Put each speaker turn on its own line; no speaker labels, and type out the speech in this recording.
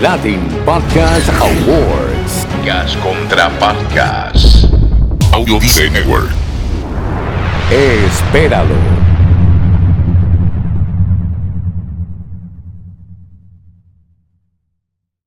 Latin Podcast Awards.
Podcast contra Podcast. Audio Video Network.
Espéralo.